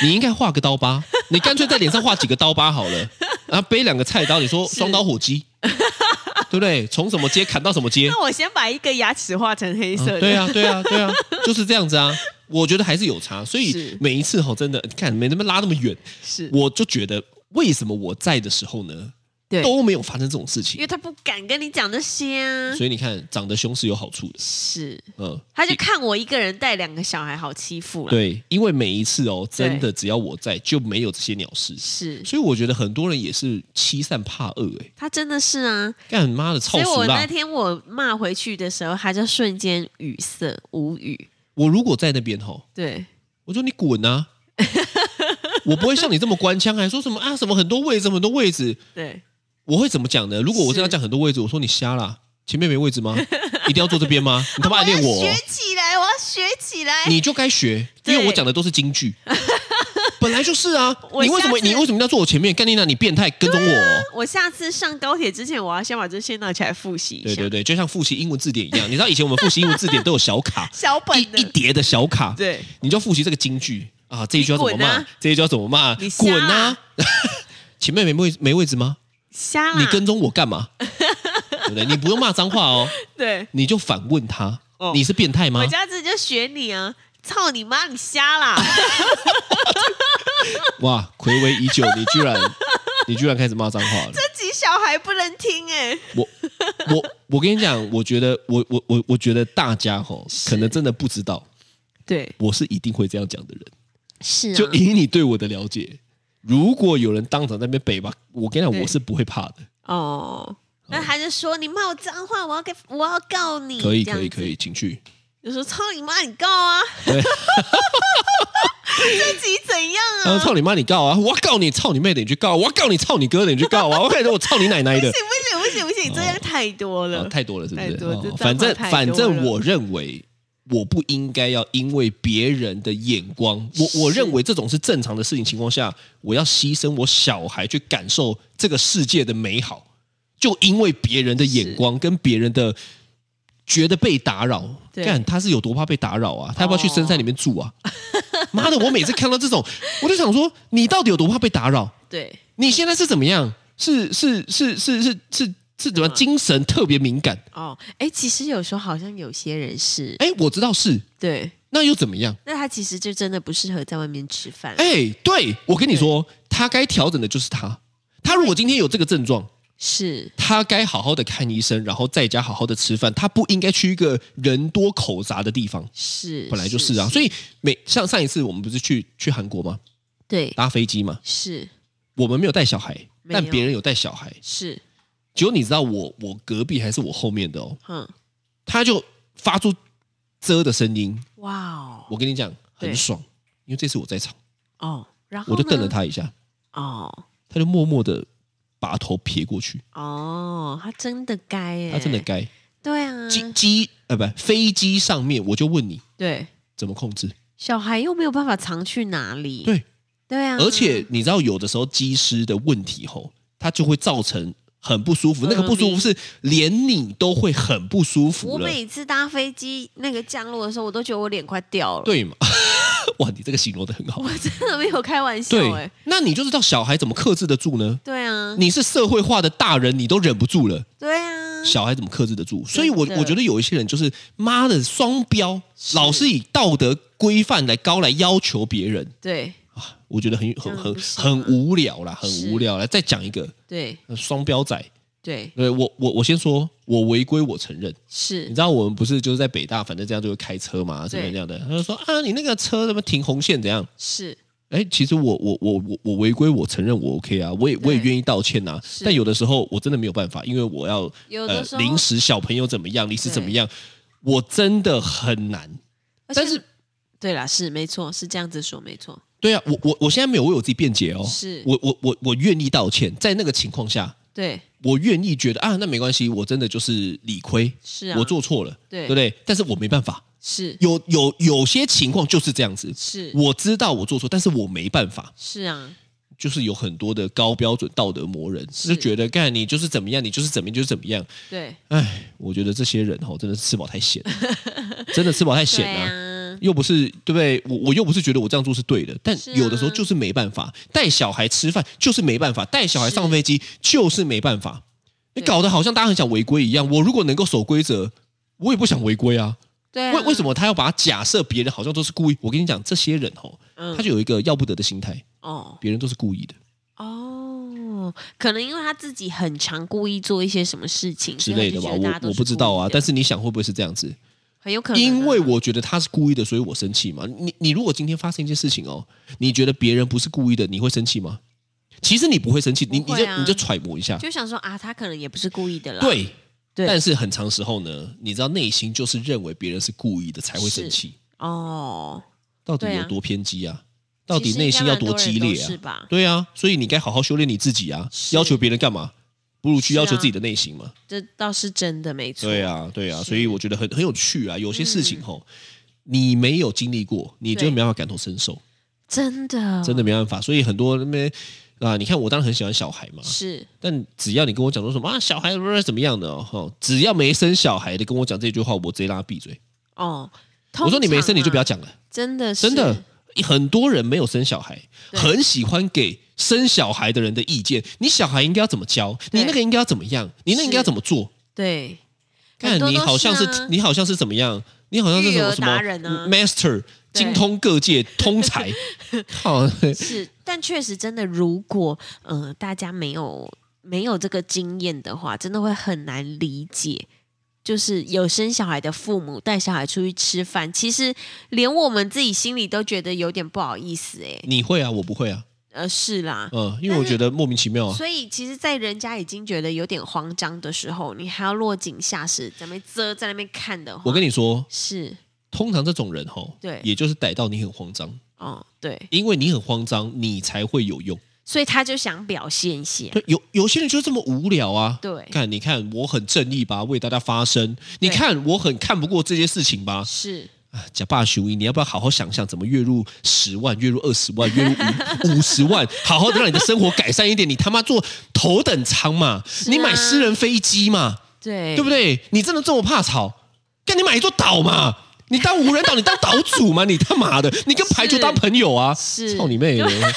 Speaker 3: 你应该画个刀 疤，你干脆在脸上画几个刀疤好了，然后背两个菜刀，你说双刀火鸡，对不对？从什么街砍到什么街，
Speaker 2: 那我先把一个牙齿画成黑色的，
Speaker 3: 嗯对啊，对啊，对啊，就是这样子啊。我觉得还是有差，所以
Speaker 2: 是
Speaker 3: 每一次吼，真的，你看没那么拉那么远，
Speaker 2: 是
Speaker 3: 我就觉得为什么我在的时候呢，
Speaker 2: 对
Speaker 3: 都没有发生这种事
Speaker 2: 因为
Speaker 3: 情。
Speaker 2: 他不敢跟你讲那些啊。
Speaker 3: 所以你看，长得凶是有好处的，
Speaker 2: 是，
Speaker 3: 嗯，
Speaker 2: 他就看我一个人带两个小孩，好欺负了。，
Speaker 3: 对，因为每一次哦，真的只要我在，就没有这些鸟事。
Speaker 2: 是
Speaker 3: 所以我觉得很多人也是欺善怕恶、欸，哎，
Speaker 2: 他真的是啊。
Speaker 3: 干妈的操
Speaker 2: 所以
Speaker 3: 俗
Speaker 2: 我那
Speaker 3: 啦！
Speaker 2: 天我骂回去的时候，他就瞬间语塞无语。
Speaker 3: 我如果在那边吼，
Speaker 2: 对，
Speaker 3: 我说你滚 啊！我不会像你这么官腔，还说什么啊什么很多位置，什么很多位置，
Speaker 2: 对，
Speaker 3: 我会怎么讲呢？如果我
Speaker 2: 是
Speaker 3: 真的要讲很多位置，我说你瞎啦，前面没位置吗？一定要坐这边吗？你他妈暗恋我
Speaker 2: 要
Speaker 3: 哦，
Speaker 2: 学起来， 我要学起来。
Speaker 3: 你就该学，因为
Speaker 2: 对
Speaker 3: 我讲的都是 京剧，本来就是啊。
Speaker 2: 我
Speaker 3: 你为什么
Speaker 2: 下次
Speaker 3: 你为什么要坐我前面？干你娜，你变态，跟踪我哦。
Speaker 2: 我下次上高铁之前，我要先把这些拿起来复习一
Speaker 3: 对
Speaker 2: 下。，
Speaker 3: 对对，就像复习英文字典一样，你知道以前我们复习英文字典都有小卡
Speaker 2: 小本
Speaker 3: 一一
Speaker 2: 的，
Speaker 3: 叠的小卡，
Speaker 2: 对，
Speaker 3: 你就复习这个京剧啊，这一句要怎么
Speaker 2: 你滚啊
Speaker 3: 骂，这一句要怎么骂
Speaker 2: 你，瞎
Speaker 3: 滚
Speaker 2: 啊
Speaker 3: 啊！前面没位没位置吗？
Speaker 2: 瞎啦。
Speaker 3: 你跟踪我干 嘛？对不对？你不用骂脏话哦，
Speaker 2: 对，
Speaker 3: 你就反问他
Speaker 2: 哦，
Speaker 3: 你是变态吗
Speaker 2: 我？下次就学你啊！操你妈，你瞎啦！
Speaker 3: 哇，暌违已久，你居然你居然开始骂脏话 了！
Speaker 2: 自己小孩不能听哎、
Speaker 3: 我 我我跟你讲，我觉得我我我我觉得大家吼，可能真的不知道，
Speaker 2: 对，
Speaker 3: 我是一定会这样讲的人。
Speaker 2: 是啊，
Speaker 3: 就以你对我的了解，如果有人当场在那边北吧，我跟你讲，
Speaker 2: 对
Speaker 3: 我是不会怕的。
Speaker 2: 哦。那他就说你骂我脏话，我要给我要告你。
Speaker 3: 可以
Speaker 2: 嗯这样
Speaker 3: 可以
Speaker 2: 子
Speaker 3: 可以，。请去。
Speaker 2: 就说操你妈，你告啊！
Speaker 3: 对，
Speaker 2: 自己怎样
Speaker 3: 然
Speaker 2: 啊？
Speaker 3: 后操你妈，你告啊！我要告你，操你妹的，你去告！我要告你，操你哥的，你去告啊！我跟你说，我操你奶奶
Speaker 2: 不行。
Speaker 3: 的
Speaker 2: 不行不行不行，这样太多了。
Speaker 3: 啊，太多了，是不
Speaker 2: 哦太
Speaker 3: 是？
Speaker 2: 多这脏话
Speaker 3: 反正
Speaker 2: 太多
Speaker 3: 反正，
Speaker 2: 了
Speaker 3: 我认为我不应该要因为别人的眼光，我我
Speaker 2: 是
Speaker 3: 认为这种是正常的事情情况下，我要牺牲我小孩去感受这个世界的美好，就因为别人的眼光跟别人的觉得被打扰，
Speaker 2: 对
Speaker 3: 看他是有多怕被打扰啊？他要不要去
Speaker 2: 哦
Speaker 3: 深山里面住啊？ 妈的，我每次看到这种，我就想说，你到底有多怕被打扰？
Speaker 2: 对
Speaker 3: 你现在是怎么样？是是是是是是是怎
Speaker 2: 嗯
Speaker 3: 么样？精神特别敏感？
Speaker 2: 哦。哎，其实有时候好像有些人是
Speaker 3: 哎，我知道是，
Speaker 2: 对，
Speaker 3: 那又怎么样？
Speaker 2: 那他其实就真的不适合在外面吃饭。
Speaker 3: 哎，对我跟你说，他该调整的就是他。他如果今天有这个症状，
Speaker 2: 是，
Speaker 3: 他该好好的看医生，然后在家好好的吃饭。他不应该去一个人多口杂的地方，
Speaker 2: 是，
Speaker 3: 本来就是啊。所以每像上一次我们不是去去韩国吗？
Speaker 2: 对，
Speaker 3: 搭飞机嘛，
Speaker 2: 是
Speaker 3: 我们没有带小孩，
Speaker 2: 没有
Speaker 3: 但别人有带小孩。
Speaker 2: 是，
Speaker 3: 结果你知道我我隔壁还是我后面的哦，
Speaker 2: 嗯，
Speaker 3: 他就发出啧的声音，
Speaker 2: 哇哦，
Speaker 3: 我跟你讲很
Speaker 2: 对
Speaker 3: 爽，因为这次我在场，
Speaker 2: 哦，然后
Speaker 3: 我就瞪了
Speaker 2: 呢，
Speaker 3: 他一下，
Speaker 2: 哦
Speaker 3: 他就默默的把头撇过去，
Speaker 2: 哦，他真的该耶，
Speaker 3: 他真的，该
Speaker 2: 对啊，
Speaker 3: 机机呃不飞机上面我就问你
Speaker 2: 对，
Speaker 3: 怎么控制，
Speaker 2: 小孩又没有办法藏去哪里，
Speaker 3: 对，
Speaker 2: 对啊，
Speaker 3: 而且你知道有的时候机师的问题吼，他就会造成。很不舒服，那个不舒服是连你都会很不舒服
Speaker 2: 我
Speaker 3: 了，
Speaker 2: 每次搭飞机那个降落的时候，我都觉得我脸快掉了，，
Speaker 3: 对吗？ 哇，你这个形容的很好。
Speaker 2: 我真的没有开玩笑哎
Speaker 3: 对，，那你就知道小孩怎么克制得住呢？
Speaker 2: 对啊，
Speaker 3: 你是社会化的大人，你都忍不住了，
Speaker 2: 对啊，
Speaker 3: 小孩怎么克制得住？所以我，
Speaker 2: 真
Speaker 3: 我
Speaker 2: 的
Speaker 3: 觉得有一些人就是妈的双标，老是以道德规范来高来要求别人，
Speaker 2: 对
Speaker 3: 我觉得很很
Speaker 2: 这样
Speaker 3: 很
Speaker 2: 不行啊
Speaker 3: 很无聊啦，很
Speaker 2: 是
Speaker 3: 无聊啦。再讲一个
Speaker 2: 对
Speaker 3: 呃双标仔，
Speaker 2: 对
Speaker 3: 对我我我先说，我违规我承认。你
Speaker 2: 是
Speaker 3: 知，道我们不是就是在北大，反正这样就会开车嘛，怎么样的？他就说啊，你那个车怎么停红线怎样？
Speaker 2: 是
Speaker 3: 哎，其实我我我我我违规，我承认我 OK 啊，我也我也
Speaker 2: 对
Speaker 3: 愿意道歉呐、
Speaker 2: 是
Speaker 3: 但有的时候我真的没有办法，因为我要
Speaker 2: 有的时候
Speaker 3: 呃临时小朋友怎么样，临时怎么样，我真的很难。
Speaker 2: 而且
Speaker 3: 但是
Speaker 2: 对啦，是没错，是这样子说没错，
Speaker 3: 对啊，我我我现在没有为我自己辩解哦，
Speaker 2: 是
Speaker 3: 我我我我愿意道歉，在那个情况下，
Speaker 2: 对，
Speaker 3: 我愿意觉得啊，那没关系，我真的就是理亏，
Speaker 2: 是啊
Speaker 3: 我做错了，
Speaker 2: 对
Speaker 3: 对不对？但是我没办法，
Speaker 2: 是
Speaker 3: 有有有些情况就是这样子，
Speaker 2: 是
Speaker 3: 我知道我做错，但是我没办法，
Speaker 2: 是啊，
Speaker 3: 就是有很多的高标准道德磨人，
Speaker 2: 是
Speaker 3: 就觉得干你就是怎么样，你就是怎么样，你就是怎么样。
Speaker 2: 对，
Speaker 3: 哎，我觉得这些人哦，真的是吃饱太闲 了，真的吃饱太
Speaker 2: 对
Speaker 3: 闲了、
Speaker 2: 啊，
Speaker 3: 又不是对不对？我我又不是觉得我这样做是对的，但
Speaker 2: 是啊
Speaker 3: 有的时候就是没办法，带小孩吃饭就是没办法，带小孩上飞机就是没办法。你
Speaker 2: 对
Speaker 3: 搞得好像大家很想违规一样。我如果能够守规则，我也不想违规啊。
Speaker 2: 对啊，
Speaker 3: 为为什么他要把他假设别人好像都是故意？我跟你讲，这些人哦，
Speaker 2: 嗯
Speaker 3: 他就有一个要不得的心态，
Speaker 2: 哦
Speaker 3: 别人都是故意的
Speaker 2: 哦，可能因为他自己很常故意做一些什么事情
Speaker 3: 之类的吧。我我不知道啊，但
Speaker 2: 是
Speaker 3: 是你想会不会是这样子？
Speaker 2: 很有可能啊，
Speaker 3: 因为我觉得他是故意的，所以我生气嘛。你你如果今天发生一件事情哦，你觉得别人不是故意的，你会生气吗？其实你不会生气，你
Speaker 2: 不
Speaker 3: 你
Speaker 2: 会
Speaker 3: 就
Speaker 2: 啊
Speaker 3: 你就揣摩一下，
Speaker 2: 就想说啊，他可能也不是故意的啦，
Speaker 3: 对。
Speaker 2: 对
Speaker 3: 但是很长时候呢，你知道内心就是认为别人是故意的才会生气，
Speaker 2: 哦，
Speaker 3: 到底
Speaker 2: 对啊
Speaker 3: 有多偏激啊？到底
Speaker 2: 其实
Speaker 3: 内
Speaker 2: 应该
Speaker 3: 心要
Speaker 2: 蛮多
Speaker 3: 多激
Speaker 2: 人都
Speaker 3: 烈啊
Speaker 2: 是？吧？
Speaker 3: 对啊，所以你该好好修炼你自己啊！
Speaker 2: 是
Speaker 3: 要求别人干嘛？不如去
Speaker 2: 是啊
Speaker 3: 要求自己的内心嘛。
Speaker 2: 这倒是真的，没错，
Speaker 3: 对啊，对啊，
Speaker 2: 是嗯
Speaker 3: 所以我觉得很很有趣啊。有些事情吼，你没有经历过，你就
Speaker 2: 对
Speaker 3: 没办法感同身受，
Speaker 2: 真的，
Speaker 3: 真的没办法。所以很多那边啊，你看我当然很喜欢小孩嘛，
Speaker 2: 是
Speaker 3: 但只要你跟我讲说什么啊，小孩不是怎么样的哦，吼只要没生小孩的跟我讲这句话，我直接让他闭嘴。
Speaker 2: 哦。
Speaker 3: 我说你没生你就不要
Speaker 2: 讲，
Speaker 3: 讲了，
Speaker 2: 真的是
Speaker 3: 真的。很多人没有生小孩，
Speaker 2: 对
Speaker 3: 很喜欢给生小孩的人的意见。你小孩应该要怎么教？
Speaker 2: 对
Speaker 3: 你那个应该要怎么样？你那个应该要怎么做？
Speaker 2: 对，
Speaker 3: 看
Speaker 2: 很多
Speaker 3: 你
Speaker 2: 都
Speaker 3: 好像
Speaker 2: 是
Speaker 3: 是,、
Speaker 2: 啊
Speaker 3: 你好像是怎么样？你好像是什
Speaker 2: 育
Speaker 3: 么
Speaker 2: 儿
Speaker 3: 什么
Speaker 2: 达人啊
Speaker 3: master，精通各界，通才。 靠，
Speaker 2: 是，但确实真的，如果呃大家没有没有这个经验的话，真的会很难理解。就是有生小孩的父母带小孩出去吃饭，其实连我们自己心里都觉得有点不好意思哎、
Speaker 3: 你会啊？我不会啊。
Speaker 2: 呃，是啦，
Speaker 3: 嗯，因为我觉得莫名其妙啊。
Speaker 2: 所以其实，在人家已经觉得有点慌张的时候，你还要落井下石，在那边遮，在那边看的话，
Speaker 3: 我跟你说，
Speaker 2: 是
Speaker 3: 通常这种人吼，
Speaker 2: 对
Speaker 3: 也就是逮到你很慌张，
Speaker 2: 哦，对，
Speaker 3: 因为你很慌张，你才会有用。
Speaker 2: 所以他就想表现一下，
Speaker 3: 对，有有些人就是这么无聊啊。
Speaker 2: 对
Speaker 3: 看你看我很正义吧，为大家发声。你看我很看不过这些事情吧。
Speaker 2: 是
Speaker 3: 啊，假霸雄鹰，你要不要好好想想怎么月入十万、月入二十万、月入五五十万，好好的让你的生活改善一点？你他妈坐头等舱嘛，
Speaker 2: 啊
Speaker 3: 你买私人飞机嘛，
Speaker 2: 对，
Speaker 3: 对不
Speaker 2: 对？
Speaker 3: 对？你真的这么怕吵？干你买一座岛嘛？你当无人岛，你当岛 主嘛？你他妈的，你跟排球当朋友啊？
Speaker 2: 是
Speaker 3: 操你妹的！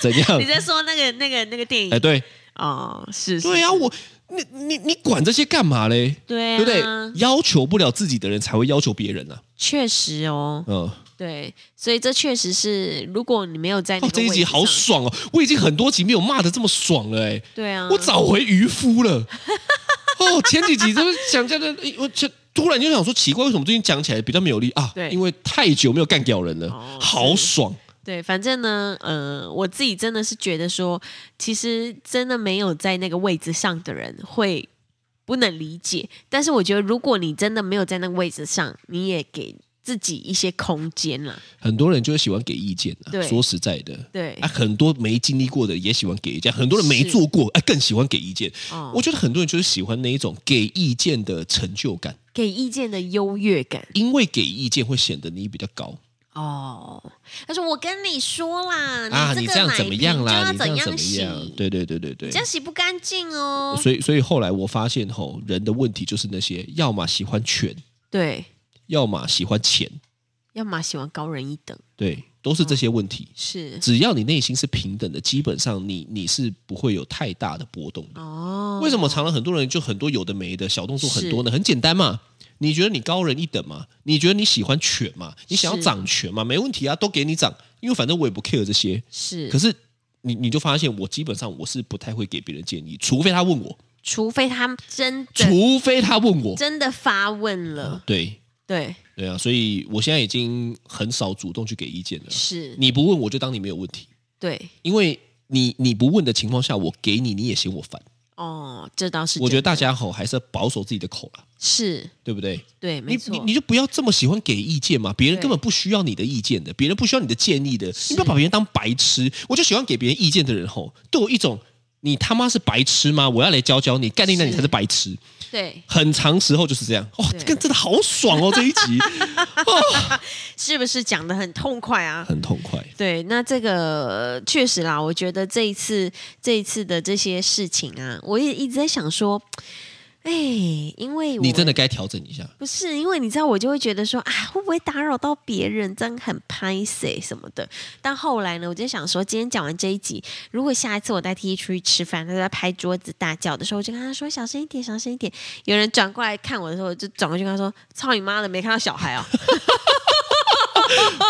Speaker 3: 怎 样
Speaker 2: 你？在说那个那个那个电影
Speaker 3: 哎，对，
Speaker 2: 哦，是，是
Speaker 3: 对啊，我你你你管这些干嘛嘞？
Speaker 2: 对啊
Speaker 3: 对不对？要求不了自己的人才会要求别人啊。
Speaker 2: 确实哦，
Speaker 3: 嗯，
Speaker 2: 对，所以这确实是，如果你没有在那
Speaker 3: 哦，
Speaker 2: 个
Speaker 3: 这
Speaker 2: 位
Speaker 3: 一
Speaker 2: 置
Speaker 3: 集好
Speaker 2: 上，
Speaker 3: 爽哦！我已经很多集没有骂的这么爽了哎，
Speaker 2: 对啊，
Speaker 3: 我找回渔夫了。哦，前几集就是讲讲的，我就突然就想说，奇怪，为什么最近讲起来比较没有力啊？
Speaker 2: 对
Speaker 3: 因为太久没有干掉人
Speaker 2: 哦
Speaker 3: 了，好爽。
Speaker 2: 对，反正呢，呃，我自己真的是觉得说，其实真的没有在那个位置上的人会不能理解，但是我觉得，如果你真的没有在那个位置上，你也给自己一些空间啦。
Speaker 3: 很多人就是喜欢给意见啊
Speaker 2: 对，
Speaker 3: 说实在的，
Speaker 2: 对
Speaker 3: 啊，很多没经历过的也喜欢给意见，很多人没
Speaker 2: 是
Speaker 3: 做过，啊，更喜欢给意见。
Speaker 2: 哦，
Speaker 3: 我觉得很多人就是喜欢那一种给意见的成就感，
Speaker 2: 给意见的优越感
Speaker 3: 因为给意见会显得你比较高。
Speaker 2: 哦。他说：“我跟你说啦，
Speaker 3: 啊，
Speaker 2: 你
Speaker 3: 你
Speaker 2: 这
Speaker 3: 这
Speaker 2: 个
Speaker 3: 样
Speaker 2: 奶瓶就要
Speaker 3: 怎么样啦？你这样怎么
Speaker 2: 洗，
Speaker 3: 样？对对对对对
Speaker 2: 你这。样洗不干净哦。
Speaker 3: 所以所以后来我发现吼，人的问题就是那些，要么喜欢权，
Speaker 2: 对，
Speaker 3: 要么喜欢钱，
Speaker 2: 要么喜欢高人一等，
Speaker 3: 对，都是这些问题。
Speaker 2: 是
Speaker 3: 只要你内心是平等的，基本上你你是不会有太大的波动的。
Speaker 2: 哦。
Speaker 3: 为什么常常很多人就很多有的没的小动作很多呢？很简单嘛，你觉得你高人一等嘛？你觉得你喜欢权嘛？你想要
Speaker 2: 是
Speaker 3: 掌权嘛？没问题啊，都给你掌，因为反正我也不 care 这些。
Speaker 2: 是？
Speaker 3: 可是你你就发现，我基本上我是不太会给别人建议，除非他问我，
Speaker 2: 除非他真的
Speaker 3: 除啊非他问我，
Speaker 2: 真的发问了，
Speaker 3: 对
Speaker 2: 对，
Speaker 3: 对啊，所以我现在已经很少主动去给意见了。
Speaker 2: 是，
Speaker 3: 你不问我就当你没有问题，
Speaker 2: 对，
Speaker 3: 因为你你不问的情况下，我给你你也嫌我烦，
Speaker 2: 哦，这倒是真的，
Speaker 3: 我觉得大家吼还是要保守自己的口了，
Speaker 2: 是
Speaker 3: 对不对？
Speaker 2: 对，没
Speaker 3: 你
Speaker 2: 错，
Speaker 3: 你你就不要这么喜欢给意见嘛，别人
Speaker 2: 对
Speaker 3: 根本不需要你的意见的，别人不需要你的建议的，你不要把别人当白痴。我就喜欢给别人意见的人吼，对我一种你他妈是白痴吗？我要来教教你，概念那你
Speaker 2: 是
Speaker 3: 才是白痴。
Speaker 2: 对，
Speaker 3: 很长时候就是这样，哇、哦
Speaker 2: 对，
Speaker 3: 这个真的好爽哦，这 一集
Speaker 2: 是不是讲的很痛快啊？
Speaker 3: 很痛快。
Speaker 2: 对，那这个确实啦，我觉得这一次这一次的这些事情啊，我也一直在想说，哎，因为我
Speaker 3: 你真的该调整一下，
Speaker 2: 不是，因为你知道，我就会觉得说，啊，会不会打扰到别人，这样很拍谁什么的。但后来呢，我就想说，今天讲完这一集，如果下一次我带 T T 出去吃饭，他在拍桌子大叫的时候，我就跟他说小声一点，小声一点。有人转过来看我的时候，我就转过去跟他说：“操你妈的，没看到小孩 哦。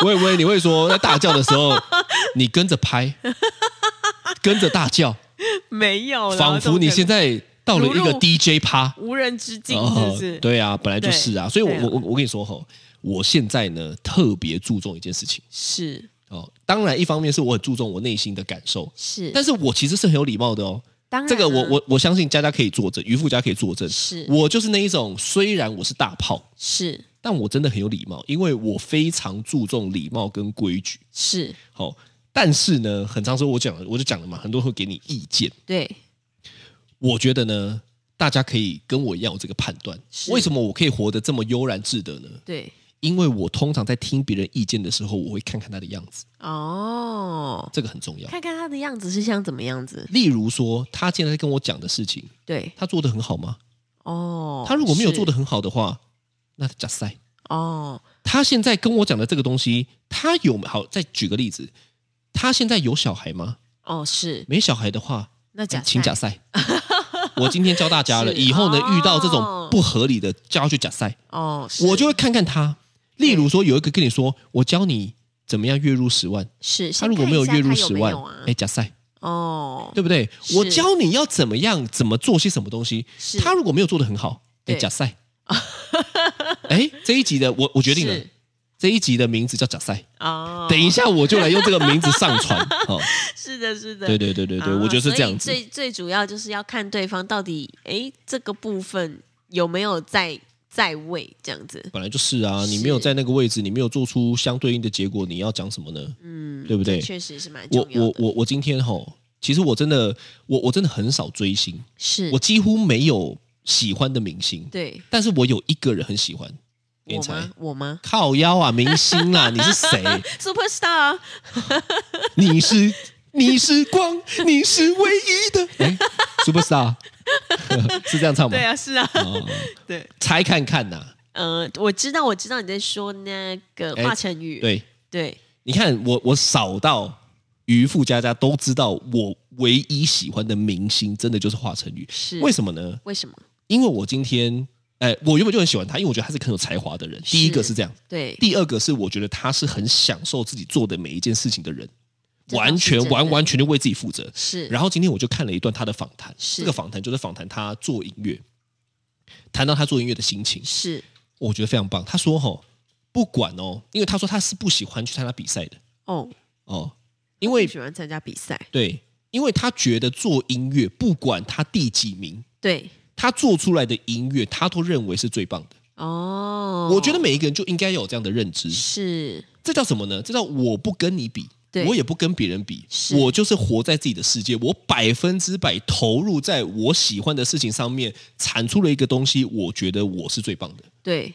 Speaker 3: 我以为你会说，在大叫的时 候，你跟着拍，跟着大叫，”
Speaker 2: 没有啦，
Speaker 3: 仿佛你现
Speaker 2: 在
Speaker 3: 在到了一
Speaker 2: 如
Speaker 3: 个
Speaker 2: 入
Speaker 3: DJ 趴。
Speaker 2: 无人之境，是不是？
Speaker 3: 哦？对啊，本来就是啊，所以我
Speaker 2: 对啊
Speaker 3: 我我我跟你说吼，我现在呢特别注重一件事情
Speaker 2: 是
Speaker 3: 哦。当然，一方面是我很注重我内心的感受，
Speaker 2: 是，
Speaker 3: 但是我其实是很有礼貌的哦。
Speaker 2: 当然
Speaker 3: 这个我
Speaker 2: 啊
Speaker 3: 我我相信佳佳可以作证，渔夫家可以作证。
Speaker 2: 是
Speaker 3: 我就是那一种，虽然我是大炮，
Speaker 2: 是
Speaker 3: 但我真的很有礼貌，因为我非常注重礼貌跟规矩。
Speaker 2: 是，
Speaker 3: 好、但是呢，很常说我讲了，我就讲了嘛，很多人会给你意见。
Speaker 2: 对
Speaker 3: 我觉得呢，大家可以跟我一样有这个判断。
Speaker 2: 是
Speaker 3: 为什么我可以活得这么悠然自得呢？
Speaker 2: 对
Speaker 3: 因为我通常在听别人意见的时候，我会看看他的样子，
Speaker 2: 哦，
Speaker 3: 这个很重要。
Speaker 2: 看看他的样子是像怎么样子，
Speaker 3: 例如说，他现在在跟我讲的事情，
Speaker 2: 对。
Speaker 3: 他做得很好吗？
Speaker 2: 哦，
Speaker 3: 他如果没有
Speaker 2: 是
Speaker 3: 做得很好的话，那加塞。
Speaker 2: 哦，
Speaker 3: 他现在跟我讲的这个东西，他有好？再举个例子，他现在有小孩吗？
Speaker 2: 哦是，
Speaker 3: 没小孩的话，
Speaker 2: 那假
Speaker 3: 哎请假
Speaker 2: 赛
Speaker 3: 赛。 我今天教大家了，
Speaker 2: 是
Speaker 3: 以后呢
Speaker 2: 哦
Speaker 3: 遇到这种不合理的，就要去假赛，
Speaker 2: 哦，是
Speaker 3: 我就会看看他。例如说，有一个跟你说，我教你怎么样月入十万，
Speaker 2: 是
Speaker 3: 他
Speaker 2: 先
Speaker 3: 如果
Speaker 2: 看
Speaker 3: 没
Speaker 2: 一
Speaker 3: 有
Speaker 2: 下
Speaker 3: 月入
Speaker 2: 他
Speaker 3: 十
Speaker 2: 没
Speaker 3: 万
Speaker 2: 有啊，
Speaker 3: 哎，假赛，
Speaker 2: 哦，
Speaker 3: 对不对？
Speaker 2: 是
Speaker 3: 我教你要怎么样，怎么做些什么东西
Speaker 2: 是。
Speaker 3: 他如果没有做的很好，哎，
Speaker 2: 对
Speaker 3: 假赛。 哎，这一集的我我决定了
Speaker 2: 是，
Speaker 3: 这一集的名字叫假赛。
Speaker 2: 哦，
Speaker 3: 等一下我就来用这个名字上传。 哦，
Speaker 2: 是的，是的，
Speaker 3: 对对对对对，
Speaker 2: 啊
Speaker 3: 我觉得是
Speaker 2: 所
Speaker 3: 这
Speaker 2: 以
Speaker 3: 样子。
Speaker 2: 最最主要就是要看对方到底哎这个部分有没有在在位这样子，
Speaker 3: 本来就是啊，
Speaker 2: 是
Speaker 3: 你没有在那个位置，你没有做出相对应的结果，你要讲什么呢？
Speaker 2: 嗯，
Speaker 3: 对不对
Speaker 2: 这确实是蛮重
Speaker 3: 我
Speaker 2: 要
Speaker 3: 我
Speaker 2: 的，
Speaker 3: 我我今天吼，其实我真的我我真的很少追星，
Speaker 2: 是
Speaker 3: 我几乎没有喜欢的明星，
Speaker 2: 对
Speaker 3: 但是我有一个人很喜欢，给
Speaker 2: 我
Speaker 3: 你猜
Speaker 2: 吗？？我吗
Speaker 3: 靠腰啊，明 星啦，你是谁？
Speaker 2: ？Super Star
Speaker 3: 你是你是光，你是唯一的。哎，Superstar 是这样唱吗
Speaker 2: 对？啊，是啊，
Speaker 3: 哦
Speaker 2: 对，
Speaker 3: 猜看看呐、
Speaker 2: 呃，我知道，我知道你在说那个
Speaker 3: 哎
Speaker 2: 华晨宇，
Speaker 3: 对，
Speaker 2: 对，
Speaker 3: 你看我我扫到渔夫家家都知道，我唯一喜欢的明星真的就是华晨宇。
Speaker 2: 是
Speaker 3: 为什么呢？
Speaker 2: 为什么？
Speaker 3: 因为我今天，哎、我原本就很喜欢他，因为我觉得他是个很有才华的人。第一个是这样，
Speaker 2: 对，
Speaker 3: 第二个是我觉得他是很享受自己做的每一件事情的人，
Speaker 2: 这倒是
Speaker 3: 完全
Speaker 2: 真的
Speaker 3: 完完全全为自己负责。
Speaker 2: 是，
Speaker 3: 然后今天我就看了一段他的访谈，
Speaker 2: 是
Speaker 3: 这个访谈就是访谈他做音乐，谈到他做音乐的心情，
Speaker 2: 是
Speaker 3: 我觉得非常棒。他说、吼，不管哦，因为他说他是不喜欢去参加比赛的
Speaker 2: 哦，
Speaker 3: 哦，因为
Speaker 2: 不喜欢参加比赛，
Speaker 3: 对，因为他觉得做音乐不管他第几名，
Speaker 2: 对，
Speaker 3: 他做出来的音乐他都认为是最棒的。
Speaker 2: 哦，
Speaker 3: 我觉得每一个人就应该有这样的认知，
Speaker 2: 是
Speaker 3: 这叫什么呢？这叫我不跟你比
Speaker 2: 对，
Speaker 3: 我也不跟别人比，
Speaker 2: 是
Speaker 3: 我就是活在自己的世界，我百分之百投入在我喜欢的事情上面，产出了一个东西，我觉得我是最棒的。
Speaker 2: 对，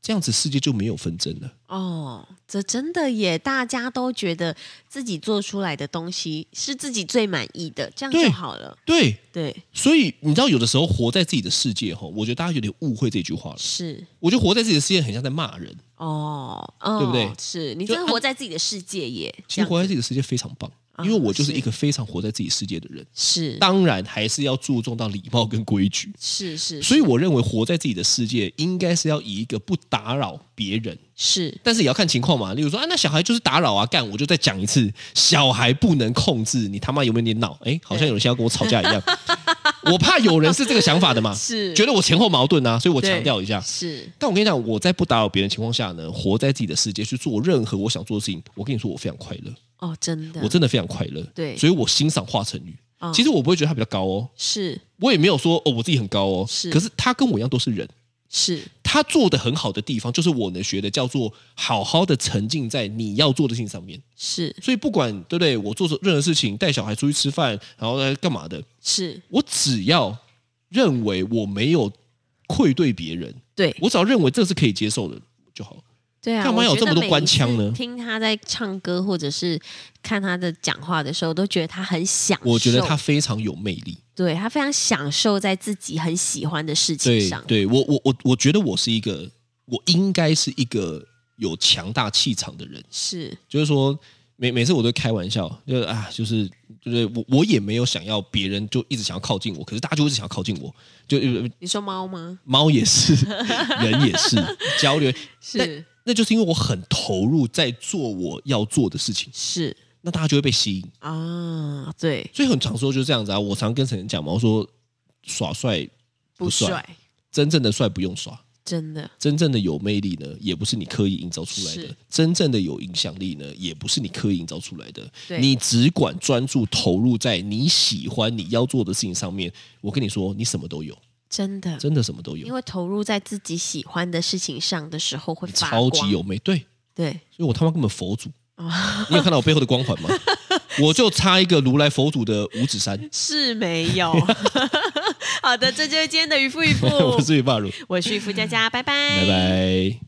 Speaker 3: 这样子世界就没有纷争了。
Speaker 2: 哦，这真的耶，大家都觉得自己做出来的东西是自己最满意的，这样
Speaker 3: 对
Speaker 2: 就好了。
Speaker 3: 对，
Speaker 2: 对，
Speaker 3: 所以你知道，有的时候活在自己的世界吼，我觉得大家有点误会这句话了。
Speaker 2: 是。
Speaker 3: 我觉得活在自己的世界很像在骂人，
Speaker 2: 哦，哦
Speaker 3: 对不对
Speaker 2: 是你
Speaker 3: 就
Speaker 2: 真的
Speaker 3: 他
Speaker 2: 活在自己的世界耶，
Speaker 3: 其实活在自己的世界非常棒，
Speaker 2: 啊
Speaker 3: 因为我就是
Speaker 2: 是
Speaker 3: 一个非常活在自己世界的人。
Speaker 2: 是
Speaker 3: 当然，还是要注重到礼貌跟规矩。
Speaker 2: 是是，
Speaker 3: 所以
Speaker 2: 以
Speaker 3: 我认为活在自己的世界，应该是要以一个不打扰别人，
Speaker 2: 是
Speaker 3: 但是也要看情况嘛。例如说啊，那小孩就是打扰啊，干我就再讲一次，小孩不能控制，你他妈有没有点脑？哎，好像有人现在跟我吵架一 样，我怕有人是这个想法的嘛，
Speaker 2: 是
Speaker 3: 觉得我前后矛盾啊，所以我
Speaker 2: 对
Speaker 3: 强调一下。
Speaker 2: 是
Speaker 3: 但我跟你讲，我在不打扰别人的情况下呢，活在自己的世界去做任何我想做的事情，我跟你说，我非常快乐，
Speaker 2: 哦，真的，
Speaker 3: 我真的非常快乐。
Speaker 2: 对
Speaker 3: 所以我欣赏华晨宇，
Speaker 2: 嗯
Speaker 3: 其实我不会觉得他比较高哦，
Speaker 2: 是
Speaker 3: 我也没有说哦我自己很高哦，
Speaker 2: 是
Speaker 3: 可是他跟我一样都是人。
Speaker 2: 是
Speaker 3: 他做的很好的地方，就是我能学的，叫做好好的沉浸在你要做的事情上面。
Speaker 2: 是
Speaker 3: 所以不管对不对，我做任何事情，带小孩出去吃饭，然后呃干嘛的，
Speaker 2: 是，
Speaker 3: 我只要认为我没有愧对别人，
Speaker 2: 对
Speaker 3: 我只要认为这是可以接受的就好。
Speaker 2: 对啊，
Speaker 3: 干嘛
Speaker 2: 我
Speaker 3: 有
Speaker 2: 觉
Speaker 3: 这
Speaker 2: 得
Speaker 3: 么多
Speaker 2: 每
Speaker 3: 官
Speaker 2: 一
Speaker 3: 腔
Speaker 2: 次
Speaker 3: 呢
Speaker 2: 听他在唱歌或者是看他的讲话的时候，都觉得他很享受。
Speaker 3: 我觉得他非常有魅力。
Speaker 2: 对他非常享受在自己很喜欢的事情
Speaker 3: 对
Speaker 2: 上，
Speaker 3: 对，我我我我觉得我是一个，我应该是一个有强大气场的人。
Speaker 2: 是
Speaker 3: 就是说，每每次我都开玩笑，就是啊，就是就是我我也没有想要别人就一直想要靠近我，可是大家就一直想要靠近我，就呃
Speaker 2: 你说猫吗？
Speaker 3: 猫也是，人也是交流，
Speaker 2: 是
Speaker 3: 那就是因为我很投入在做我要做的事情，
Speaker 2: 是
Speaker 3: 那大家就会被吸引，
Speaker 2: 啊，对，
Speaker 3: 所以很常说就是这样子啊。我常跟陈人讲嘛，我说耍帅
Speaker 2: 不
Speaker 3: 不帅
Speaker 2: 帅，
Speaker 3: 真正的帅不用耍。
Speaker 2: 真的
Speaker 3: 真正的有魅力呢，也不是你刻意营造出来的
Speaker 2: 是；
Speaker 3: 真正的有影响力呢，也不是你刻意营造出来的。
Speaker 2: 对
Speaker 3: 你只管专注投入在你喜欢、你要做的事情上面，我跟你说，你什么都有，
Speaker 2: 真的，
Speaker 3: 真的什么都有
Speaker 2: 因，为投入在自己喜欢的事情上的时候会发
Speaker 3: 超级
Speaker 2: 光哦
Speaker 3: 有魅。对，
Speaker 2: 对
Speaker 3: 所以我他妈根本佛祖。你有看到我背后的光 环吗？我就差一个如来佛祖的五指山。
Speaker 2: 是没有。 好的，这就是今天的渔夫渔夫，哦
Speaker 3: 我是于霸如，
Speaker 2: 我是渔夫佳佳，拜拜，
Speaker 3: 拜拜。